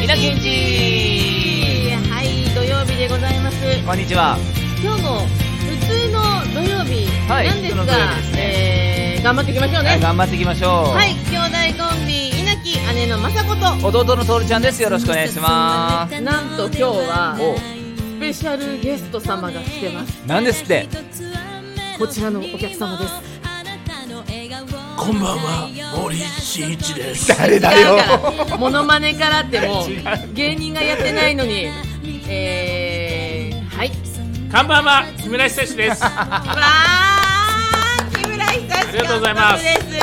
みなけんちはい、土曜日でございます。こんにちは。今日も普通の土曜日はいなんです普通のが、土曜日ですえー、頑張っていきましょうね。頑張っていきましょう。はい、兄弟コンビ、稲木姉の雅子と、弟のトールちゃんです。よろしくお願いします。なんと今日は、おスペシャルゲスト様が来てます。なんですって。こちらのお客様です。こんばんは、森進一です。誰だから、モノマネからっ てもう、芸人がやってないのに、えー、はい。こんばんは、木村久志です。わー、木村久志ありがとうございます監督です。あ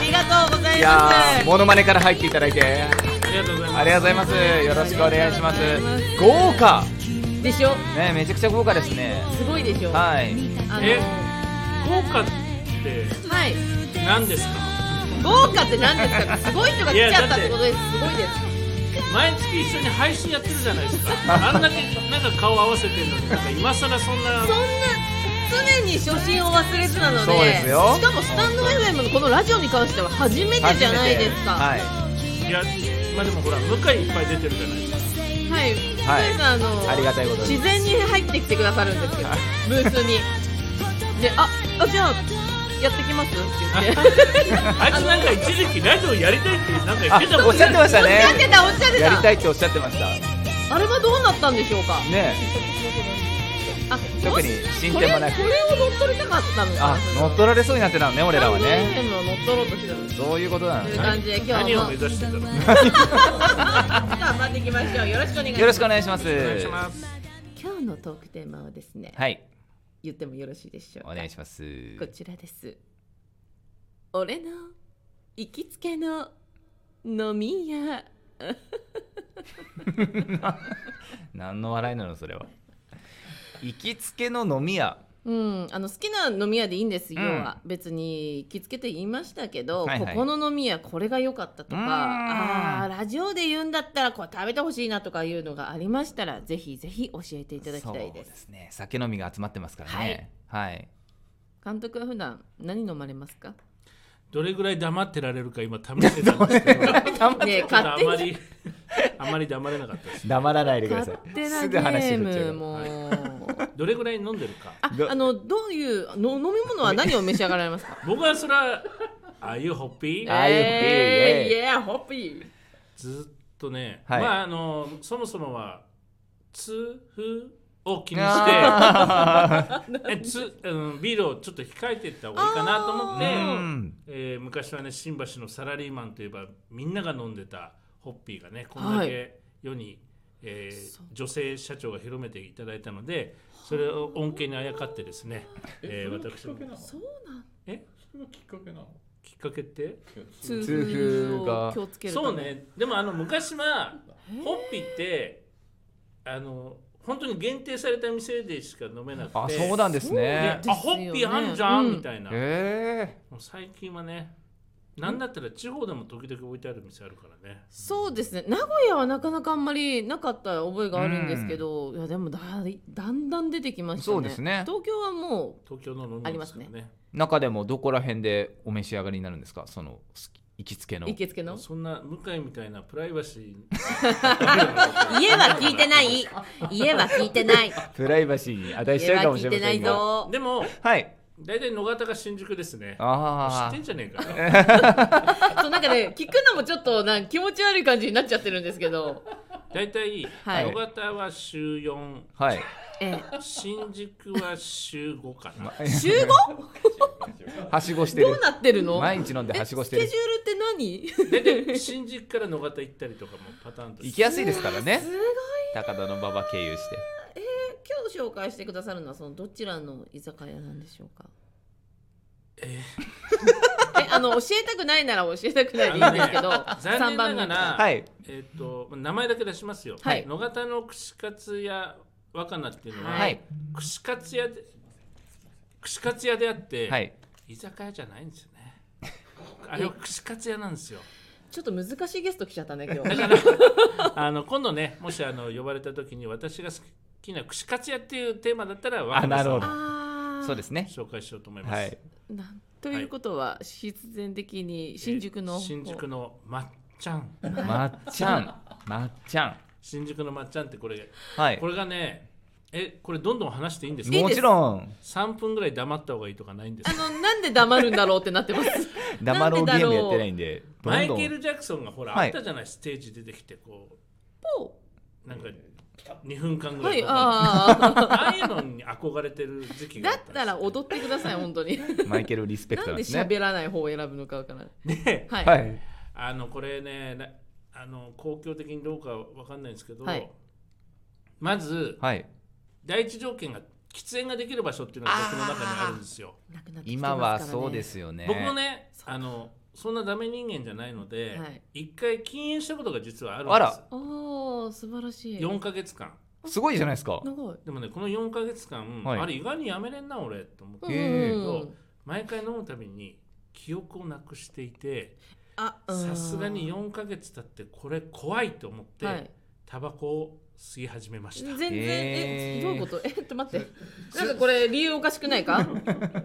りがとうございいまやすー、。モノマネから入っていただいて、あありがりがとうとうございます。ございます。よろしくお願いします。豪華でしょね、めちゃくちゃ豪華ですね。すごいでしょあはい。のえ効果ってはい何ですか豪華って何ですかすごい人が来ちゃったってことですすごいです毎月一緒に配信やってるじゃないですか。あんだけなんか顔合わせてるのに、なんか今更そんなそんな常に初心を忘れずなのでそうですよしかもスタンド FM のこのラジオに関しては初めてじゃないですかはいい。いや、まあでもほら、向井いっぱい出てるじゃないですか。ははい、いとりあえずあのありがたいことです自然に入ってきてくださるんですよ ブースにでああじゃあやってきますって言って あいつなんか一時期ラジオやりたいってなんか言あってた、おもっんしゃってましたねおっしゃってたおっしゃってたやりたいっておっしゃってました。あれはどうなったんでしょうかね。あ特に進展もなくこれこれを乗っ取りたかったのかなあ、乗っ取られそうになってたのね、俺らはね。 FM を乗っ取ろうとしてたんですそういうことなのというね。感じで今日も何を目指してたのお頑張っていきましょうよろしくお願いしますよろしくお願いします。願いします。今日のトークテーマはですね、はい、言ってもよろしいでしょうおか願いします。こちらです俺の行きつけの飲み屋何の笑いなのそれは。行きつけの飲み屋。うん、あの好きな飲み屋でいいんですよ、うん要は別に行きつけて言いましたけど、はいはいここの飲み屋これが良かったとうーんかあーラジオで言うんだったらこれ食べてほしいなとかいうのがありましたらぜひぜひ教えていただきたいそうですですね。酒飲みが集まってますからね。はい。監督は普段何飲まれます かどれぐらい黙ってられるか今試してたんですけど、ちょっねえと勝あ手まにり、あまり黙れなかったです。黙らないでくださ勝手い。なすゲぐ話振っちゃームうから。もどれぐらい飲んでるか。ああのどういうの飲み物は何を召し上がられます か僕はそれは、ああいうホッピーああいうえービールイエーホッピーずっとね、はいまああのそもそもは痛風を気にしてあえつ、うん、ビールをちょっと控えていった方がいいかなと思ーって、 うんえー昔はね新橋のサラリーマンといえばみんなが飲んでたホッピーがねこんだはけ世に、えーそう女性社長が広めていただいたのでそれを恩恵にあやかってですね、え ー私もそうなんえそれがきっかけなのきっかけって痛風が風を気をつけるためそうねでもあの昔はホッピーってあの本当に限定された店でしか飲めなくてあ、そうなんですねそ。あホッピーあんじゃん、うんみたいな、えもう最近はねなんだったら地方でも時々置いてある店あるからねそうですね名古屋はなかなかあんまりなかった覚えがあるんですけど、いやでもだいだんだん出てきましたねそうですね東京はも東京の飲みあ屋りでますすかねらねー。中でもどこら辺でお召し上がりになるんですか。その好き行きつけの。う行きつけのそんな向井みたいなプライバシ家は聞いてない家は聞いてないプライバシーに値しちゃ家うかはも聞しれまいてなせいんが。ーぞでもはい。大体野方が新宿ですね知あってんあ。じゃねえかよそうなんかね聞くのもちょっとなんか気持ち悪い感じになっちゃってるんですけど大体、はい野方は週4はい。え新宿は週5かなえ週 5? はしごしてどるう。なってるの毎日飲んではしごしてえるスケ。ジュールって何大体新宿から野方行ったりとかもパターンとして行きやすいですからねす。ごい高田の馬場経由して。今日紹介してくださるのはそのどちらの居酒屋なんでしょうかえ えあの教えたくないなら教えたくないでいいんですけど、残念なが目ら、はい。えっ、とまあ名前だけ出しますよ、はい野方の串カツ屋若菜っていうのは、ははいい。串カツ屋で串カツ屋であって、はい。居酒屋じゃないんですよねあれは串カツ屋なんですよ ちょっと難しいゲスト来ちゃったね今だ日からあの今度ねもしあの呼ばれた時に私が好きな串カツ屋っていうテーマだったら若菜さんあなるほどあーそうですね。紹介しようと思います、はい。なんということは、必然的に新宿の、えー新宿のまっちゃんまっちゃんまっちゃん新宿のまっちゃんってこれはいこれがねえこれどんどん話していいんですかいいもですちろん3分ぐらい黙った方がいいとかないんですあかのなんで黙るんだろうってなってます黙ろうゲームやってないんでどマんイどケル・んジャクソンがほら、はいあったじゃないステージ出てきてこポうなんか2分間ーぐら、はいいああああいうのに憧れてる時期 がだあっったんですたら踊ってください本当にマイケルリスペクトななんんでですね喋らない方を選ぶのかわからないではい、はいあのこれねなあの公共的にどうかわかんないんですけど、はいまずはい第一条件が喫煙ができる場所っていうのが僕の中にあるんですよ。なくなってきて今まはすからねそうですよね僕もねそうあのそんなダメ人間じゃないのではい一、回禁煙したことが実はあるんあですらおお素晴らしい4か月間すごいじゃないですか長いでもねこの4か月間、はいあれ意外にやめれんな俺と思って、へえうん毎回飲むたびに記憶をなくしていてあうんさすがに4か月経ってこれ怖いと思って、はいタバコを吸い始めました全然へええどういうことえちょっと 待ってなんかこれ理由おかしくないか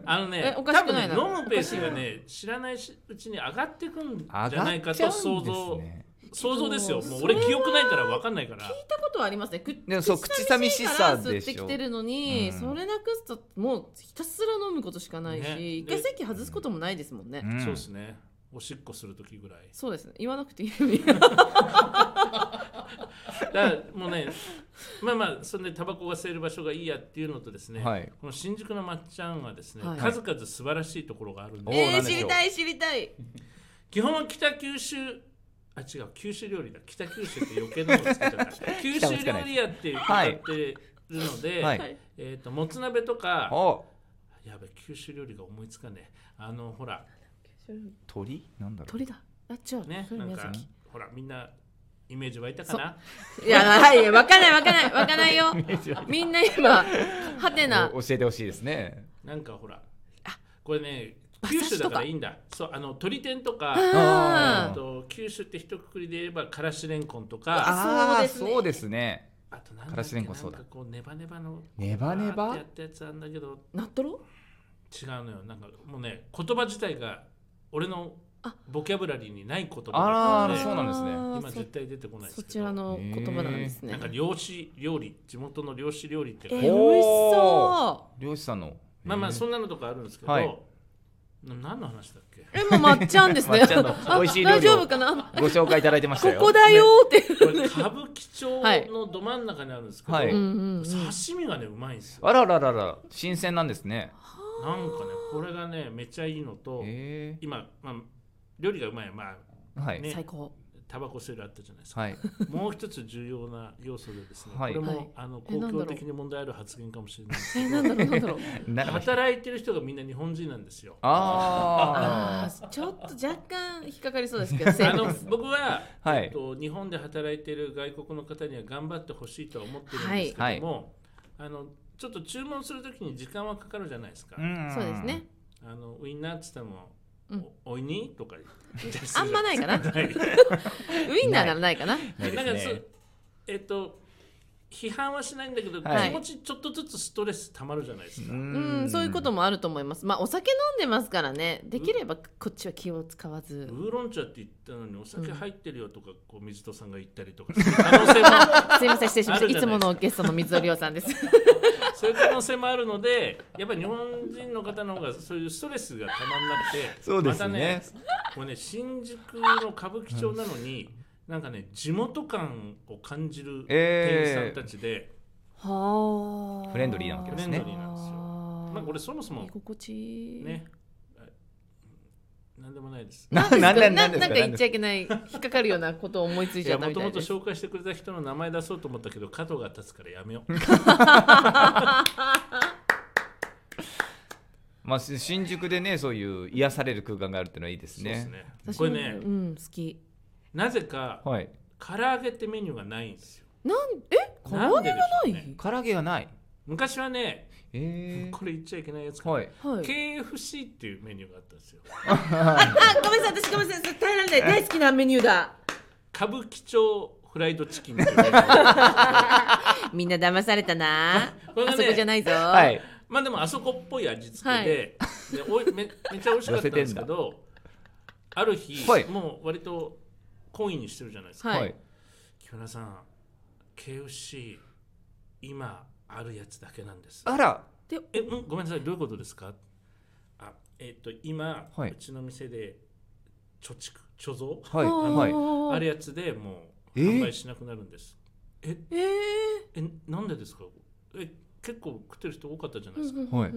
あのねえおかしくないな多分ね飲むペースがね知らないうちに上がってくんじゃ上がないかっちゃとう想んで像すね想像ですよもうそれ俺は記憶ないから分かんないから聞いたことはありますね。くでもそうから口寂しさでしょ吸ってきてるのに、うんそれなくすともうひたすら飲むことしかないし、ね一回席外すこともないですもんね。うんそうですねおしっこする時ぐらいそうですね。言わなくていいの に。だからもうね まあまあそれでタバコが吸える場所がいいやっていうのとですね、はいこの新宿のまっちゃんはですね、はい数々素晴らしいところがあるんおでーえなー、んでしょ知うりたい知りたい。基本は北九州あ違う九州料理だ北九州って余計なものつけ ちゃった九州料理屋って歌ってるので、はいはいえー、ともつ鍋とかあやべ九州料理が思いつかねえあのほら鳥なんだろう鳥だ。あ違う。ねそれなん宮か崎ほらみんなイメージ湧いたかないやはいわかんないわかんないわか んないよ。みんな今ハテナお教えてほしいですねなんかほらこれね九州だからいいんだそうあの鳥天とかああーと九州って一括りで言えばからしれんこんとあかあーそうですねそうですねあとなんだっけからしれんこんそうだなんかこうネバネバのネバネわーっバてやったやつあんだけどなっとろ？違うのよなんかもうね言葉自体が俺のあボキャブラリーにない言葉あだらったそのうなでんですねあー今絶対出てこないでそそすちけらどの言葉なんですなねん。か漁師料理地元の漁師料理ってえ書ー、い美てある味しそ漁師さんのまあまあそうんなのとかあるんですけど、はいな何の話だっけう。えもうまっちゃんですね。まっちゃんの美味しい料理をあ大丈夫かな。ご紹介いただいてましたこよこだよーって。これ歌舞伎町のど真ん中にあるんですけど、はいうんうんうん。刺身がねうまいんですよあらららら新鮮なんですねなんかねこれがねめちゃいいのと、へ今、まあ、料理がうまいまあえはいね最高。タバコ吸えるあったじゃないですか、はいもう一つ重要な要素でですね、はいこれも、はいあのえ公なんだろう共的に問題ある発言かもしれないですえけなんだろうなんだろう。など働いてる人がみんな日本人なんですよ。あああちょっと若干引っかかりそうですけど。セ ーあフのです僕は、はい えっと、日本で働いてる外国の方には頑張ってほしいとは思ってるんですけども、あのちょっと注文するときに時間はかかるじゃないですか。あんそうですね。あのウインナーっつっても、うんおおいにとか 言ってあんまない かな。ウないインナーならないかな。ないでなすんかねそうえっと批判はしないんだけど、はい気持ちちょっとずつストレスたまるじゃないですか、うん、そういうことももあると思います。まあお酒飲んでますからね。できればこっちは気を使わず。ウーロン茶って言ったのにお酒入ってる よとか、こう水戸さんが言ったりとかそういう可能性も すいません失礼しました。あるいじゃつなもいですかのゲストの水尾亮さんです。そういう可能性もあるのでやっぱり日本人の方の方がそういうストレスがたまんなくてそうですねまたねこれね新宿の歌舞伎町なのに、なんかね地元感を感じる店員さんたちで、はあ。フレンドリーなわけですねフレンドリーなんですよまあこれそもそも居心地いい。ね、なんでもないですなななんんですでかななんんかですか言っちゃいけない引っかかるようなことを思いついいちゃやったもみとたもいとです。紹介してくれた人の名前出そうと思ったけど加藤が立つからやめようまあし新宿でねそういう癒される空間があるってのはいいですそうですねね私こもれねうん好き。なぜかはい唐揚げってメニューがないんですよなんえ唐揚げがない？なんででしょうね唐揚げがない昔はねえこれ言っちゃいけないやつーかな、はいはい。 KFC っていうメニューがあったんですよあ、ごめんなさい、私ごめんなさい、耐えられない、大好きなメニューだ。歌舞伎町フライドチキンっていうメニューみんな騙されたな。これあがそこじゃねないぞ。はいまあでもあそこっぽい味付けで、でおいめめっちゃ美味しかったんですけどある日、はいもう割と懇意にしてるじゃないですか、はいはい木村さん KFC 今あるやつだけなんですあらえ、うん、ごめんなさいどういうことですかあえっ、と今、はいうちの店で貯蓄貯蔵はいはいああるれやつでもうえー販売しなくなるんですええーえなんでですかえ結構食ってる人多かったじゃないですか、はい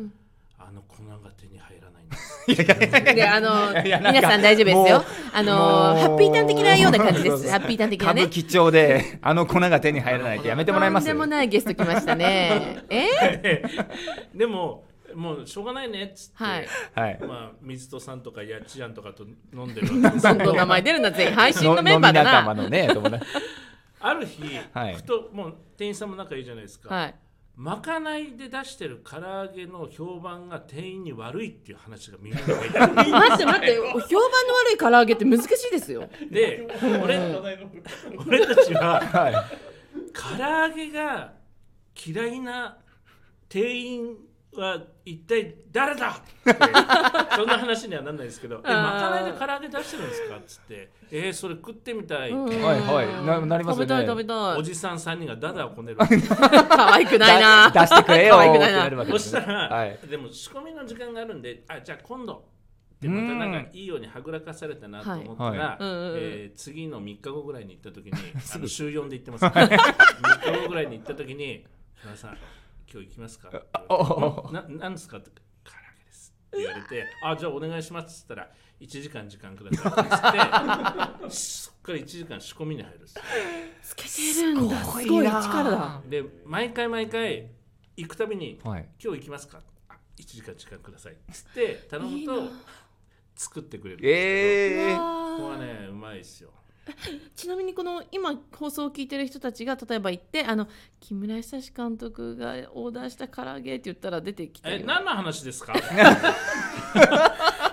あの粉が手に入らないんですいやいやいやであのいやなんか皆さん大丈夫ですもうよあのもうハッピーターン的なような感じでそうすそうハッピーターン的な歌ね舞伎町であの粉が手に入らないってやめてもらえまとすんでもないゲスト来ました ねえで ももうしょうがないねっつって、はいはいまあ、水戸さんとかやっちやんとかと飲んでるわけですどんどん名前出るな全員配信のメンバーだの飲み仲間なのね友達ある日、はいふともう店員さんも仲いいじゃないですか、はいまかないで出してる唐揚げの評判が店員に悪いっていう話が耳に入った待って待って評判の悪い唐揚げって難しいですよ で俺俺たちははい唐揚げが嫌いな店員は一体誰だってそんな話にはなんないですけど「えあーまかないで唐揚げ出してるんですか?」っつって「えー、それ食ってみたい」はいはいななりますよね食べたい食べたいおじさん3人がダダをこねるわけです可愛くないな出出してく れよ可愛くないってなるなわけ そでしすたねら、はいでも仕込みの時間があるんで、あじゃあ今度でまたなんかいいようにはぐらかされたなと思ったら、はいはいうんうんうんえー次の3日後ぐらいに行った 時に、あの週4で行ってます、3日後ぐらいに行った時に、木村さん、今日行きますかおおななんですかって、唐揚げです。って言われて、あじゃあお願いしますって言ったら、1時間時間くださいって言って、そっから1時間仕込みに入るんですよ。つけてるんだすすごごいいな力だで、毎回毎回行くたびに、おはい今日行きますかあ1時間時間くださいっつって頼むといいな作ってくれるんですえーけどこうこわはーねうまいですよちなみにこの今放送を聞いてる人たちが例えば言ってあの木村久志監督がオーダーした唐揚げって言ったら出てきたえよ何の話ですか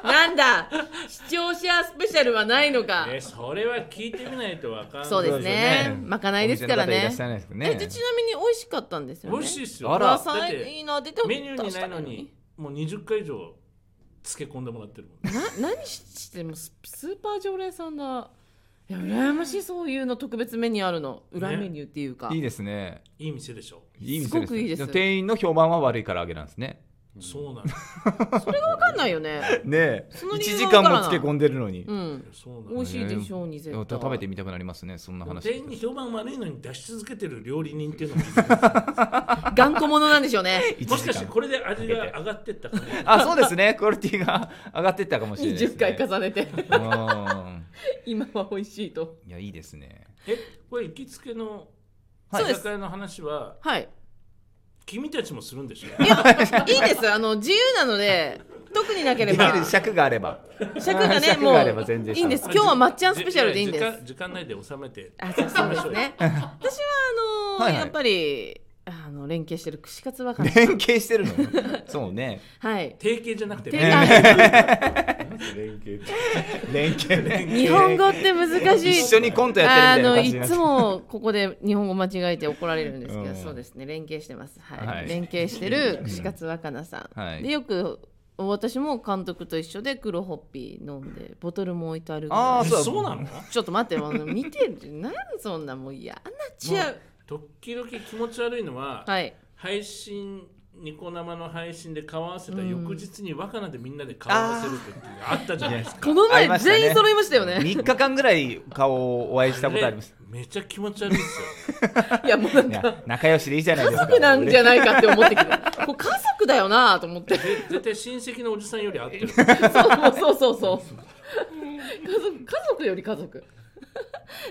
なんだ視聴者スペシャルはないのかえそれは聞いてみないとわかんないそうでそすねうですねまかないですからお店の方いらねっしゃらないですけどえじゃあねちなみに美味しかったんですよね美味しいいですよあらだ野っ菜いていな出てほメニューにないの出しにもう20回以上漬け込んでもらってるもんねたのにな何してもススーパー常連さんだいや羨ましいそういうの特別メニューあるの裏メニューっていうか、いいですねいい店でしょいい店ですすごくいいねですも店員の評判は悪いから揚げなんですねそうなんですそれが分かんないよねねえその1理由時が間わからないも漬け込んでるのにうんそうな美んで味すしいでしょうに絶いや対食べてみたくなりますねそんな話店員に評判悪いのに出し続けてる料理人っていうのもいる頑固者なんでしょうね1もしか時して間これで味が上がってったかもあそうですねクオリティが上がってったかもしれないです20回重ねてね今は美味しいとうんいやいいですねえこれ行きつけのはい居酒屋の話ははい君たちもするんでしょいいですあの自由なので特になければいや尺尺があればがね尺もがあれば全う然いいんです今日はまっちゃんスペシャルでいいんです時間時間内で収めてあ、じゃあそうですね。私はあのーはいはいやっぱりあの連携してる串カツバカン連携してるのそうねはい。提携じゃなくて、てか 連携 連携ね日本語って難しい。一緒にコントやってるみたいな感じにあなっのいてつもここで日本語間違えて怒られるんですけど、うんそうですね連携してます、はいはい連携してる串カツ若菜さん、はいでよく私も監督と一緒で黒ホッピー飲んでボトルも置いて歩くあーあそうそうなのちょっと待ってあの見てるなんそんなもう嫌な違う時々気持ち悪いのは、はい配信ニコ生の配信で顔合わせた翌日に若菜でみんなで顔合わせる時があったじゃないですかこのあり前ましたね全員揃いましたよね3日間ぐらい顔をお会いしたことありますあれめっちゃ気持ち悪いですよいやもう なんいかや仲良しでいいじゃないです家か族なんじゃないかって思ってきた。こう家族だよなと思って。で絶対親戚のおじさんより合って るそうそうそうそう。家族家族より家族。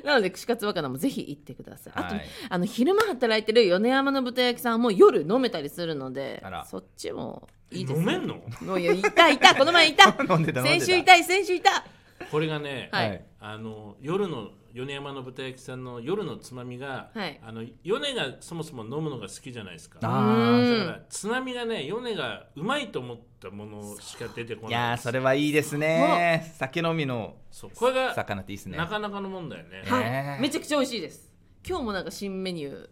なので串カツ若菜もぜひ行ってください。あと、はいあの昼間働いてる米山の豚焼きさんも夜飲めたりするのであら、そっちもいいです飲めんのもういやいたいたこの前いた。 飲んでた飲んでた先週いた先週いた。これがね、はいあの夜の米山の豚焼きさんの夜のつまみが、はいあの米がそもそも飲むのが好きじゃないですかだかあらつまみがね米がうまいと思ったものしか出てこーないいやーそれはいいですね酒飲みのそうこれが魚っていいですねなかなかのもんだよねははい。めちゃくちゃ美味しいです。今日もなんか新メニュー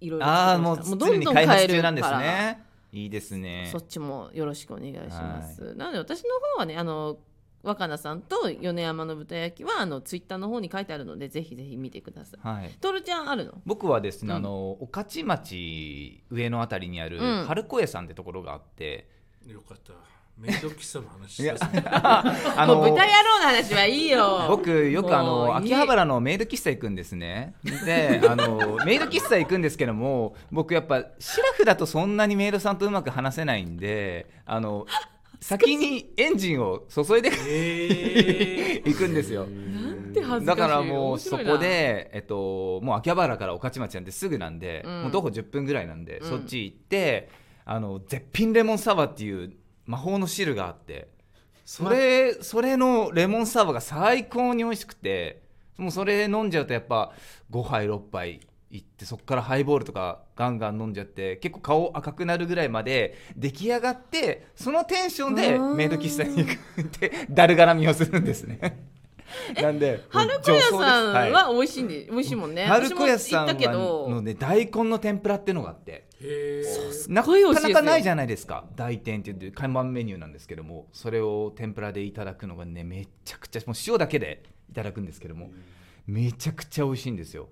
いろいろ作ってました。ああもう常に開発中なんですねいいですねそっちもよろしくお願いします。はなので私の方はねあの若菜さんと米山の豚焼きはあのツイッターの方に書いてあるのでぜひぜひ見てください。はいトルちゃんあるの？僕はですね、うんあの御徒町上のあたりにあるうん春子屋さんってところがあって、よかった。メイド喫茶の話いしやますね。あ もう豚野郎の話はいいよ。僕よくあもういいの秋葉原のメイド喫茶行くんですねであのメイド喫茶行くんですけども僕やっぱシラフだとそんなにメイドさんとうまく話せないんであの先にエンジンを注いでえ 行くんですよなんて恥ずかしい。だからもう面そ白いなこ。で、えっと、もう秋葉原から御徒町なんですぐなんで、うんもう徒歩10分ぐらいなんで、うんそっち行ってあの絶品レモンサワーっていう魔法の汁があってそれそれのレモンサワーが最高に美味しくてもうそれ飲んじゃうとやっぱ5杯6杯いってそこからハイボールとかガンガン飲んじゃって結構顔赤くなるぐらいまで出来上がってそのテンションでメイド喫茶に行くってだるがらみをするんですね。 なんで春子屋女装ですさいんは美味しいんで、美味しいもんね。春子屋さん私はも行ったけのど、ね大根の天ぷらってのがあってー、へなごい美味かしいですよなかないじゃないですか大天って言って看板メニューなんですけどもそれを天ぷらでいただくのがねめちゃくちゃもう塩だけでいただくんですけどもめちゃくちゃ美味しいんですよ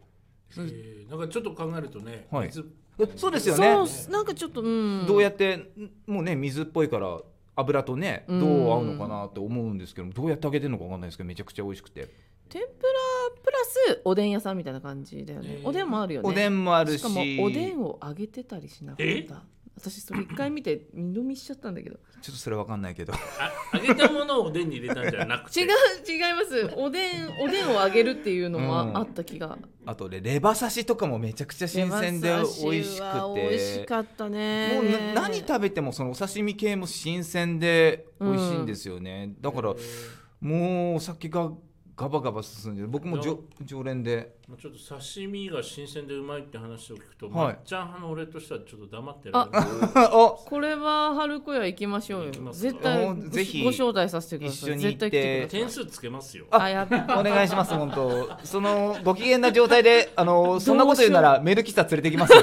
え。なんかちょっと考えるとね、はい水えそうですよねそうなんかちょっとうん。どうやってんもうね水っぽいから油とねどう合うのかなって思うんですけどもどうやってあげてるのか分かんないですけどめちゃくちゃ美味しくて天ぷらプラスおでん屋さんみたいな感じだよねえ。ーおでんもあるよね。おでんもあるししかもおでんを揚げてたりしなかっえた。私それ一回見て二度見しちゃったんだ けど。ちょっとそれ分かんないけどあ揚げたものをおでんに入れたんじゃなくて。違う違います。おでんおでんを揚げるっていうのうんもあった気が。あとねレバ刺しとかもめちゃくちゃ新鮮で美味しレバ刺はくて美味しかったね。もうな何食べてもそのお刺身系も新鮮で美味しいんですよね、だからもうお酒がガバガバ進んで僕もじょ常連で まあちょっと刺身が新鮮でうまいって話を聞くと、はいまっちゃん派の俺としてはちょっと黙ってる。ああこれは春子屋行きましょう行きよ。ます絶対あぜひご招待させてください。一緒に行って絶対来てくだ 点さい。数つけますよ。あやっぱお願いします本当そのご機嫌な状態であのそんなこと言うならメルキッサ連れてきます よそ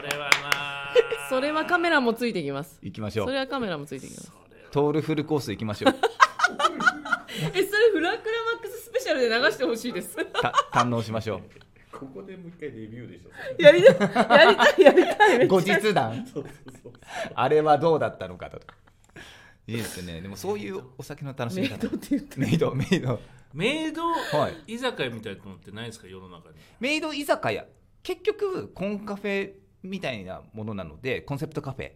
れはまあ。それはカメラもついてきます。行きましょそうれはカメラもついてきます。トールフルコース行きましょうえそれフラクラマックススペシャルで流してほし いです。た堪能しましょ ここでもう一回レビューでしょ。やりたいやりたいやりた い。う後日談そうそうそう。あれはどうだったのかとかいいですねでもそういうお酒の楽しメみイド方って言って。メイドメイドメイドはい居酒屋みたいなのってないですか世の中に。メイド居酒屋結局コンカフェみたいなものなのでコンセプトカフェ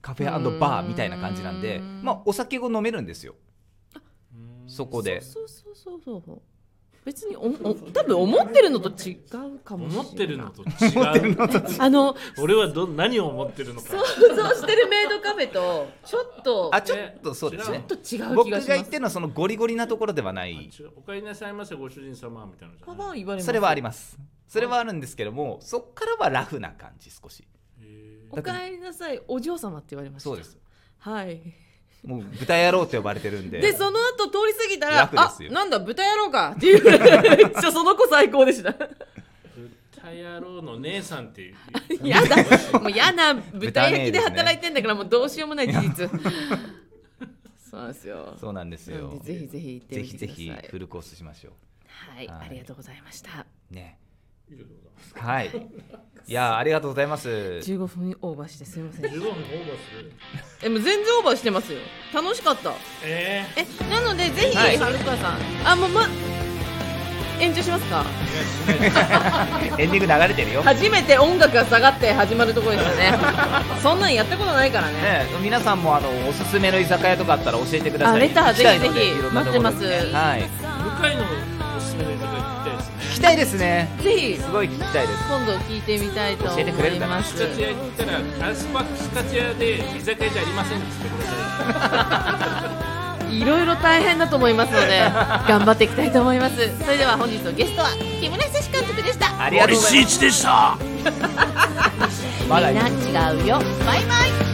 カフェバーみたいな感じなんでうーんまあお酒を飲めるんですよそこでそうそうそうそうそう。別におお多分思ってるのと違うかもしれない。思ってるのと違う。あの 俺はど何を思ってるのか。想像してるメイドカフェとちょっとあちょっとそうです違ねうちょっと違う僕気ががし言まっすて。るのはそのゴリゴリなところではなあい違うお帰りなさいませご主人様みたいなのじパゃパな。はい言われます。それはありますそれはあるんですけどもそこからはラフな感じ少しへおかえりなさいお嬢様って言われました。そうで。すはい。もう豚野郎って呼ばれてるんででその後通り過ぎたら楽であすよなんだ豚野郎かっていう。めっちゃその子最高 でした。ー豚野郎の姉さんっていう。やだもうやな豚焼きで働いてんだからもうどうしようもない 事実。そうなんですよ。そうなんですなよのでぜひぜひ行ってぜみてひくださぜい。ひフルコースしましょはい、はいありがとうございました。うね以上でございますはいいやーありがとうございます15分オーバーしてすみません。 15分オーバーする。えもう全然オーバーしてますよ。楽しかった。ええなのでぜひ、はい春川さんあもうま延長しますかエンディング流れてるよ初めて音楽が下がって始まるところでしたね そんなんやったことないからねね、皆さんもあのおすすめの居酒屋とかあったら教えてくださあい。レター聞きたいぜひぜひのでいろんなところに待ってますはい、ー、向井のおすすめの居酒屋行きたいですね。聞きたいですね。ぜひすごい聞きたいです。今度聞いてみたいと思教えてくれいるかなますピカチュア行ったら、アスパックスカチュアで居酒屋じゃありませんって言ってください。いろいろ大変だと思いますの で頑張っていきたいと思いますそれでは本日のゲストは木村久志監督でしたありがとうござい 一でした。ます。まだみいんるな違うよバイバイ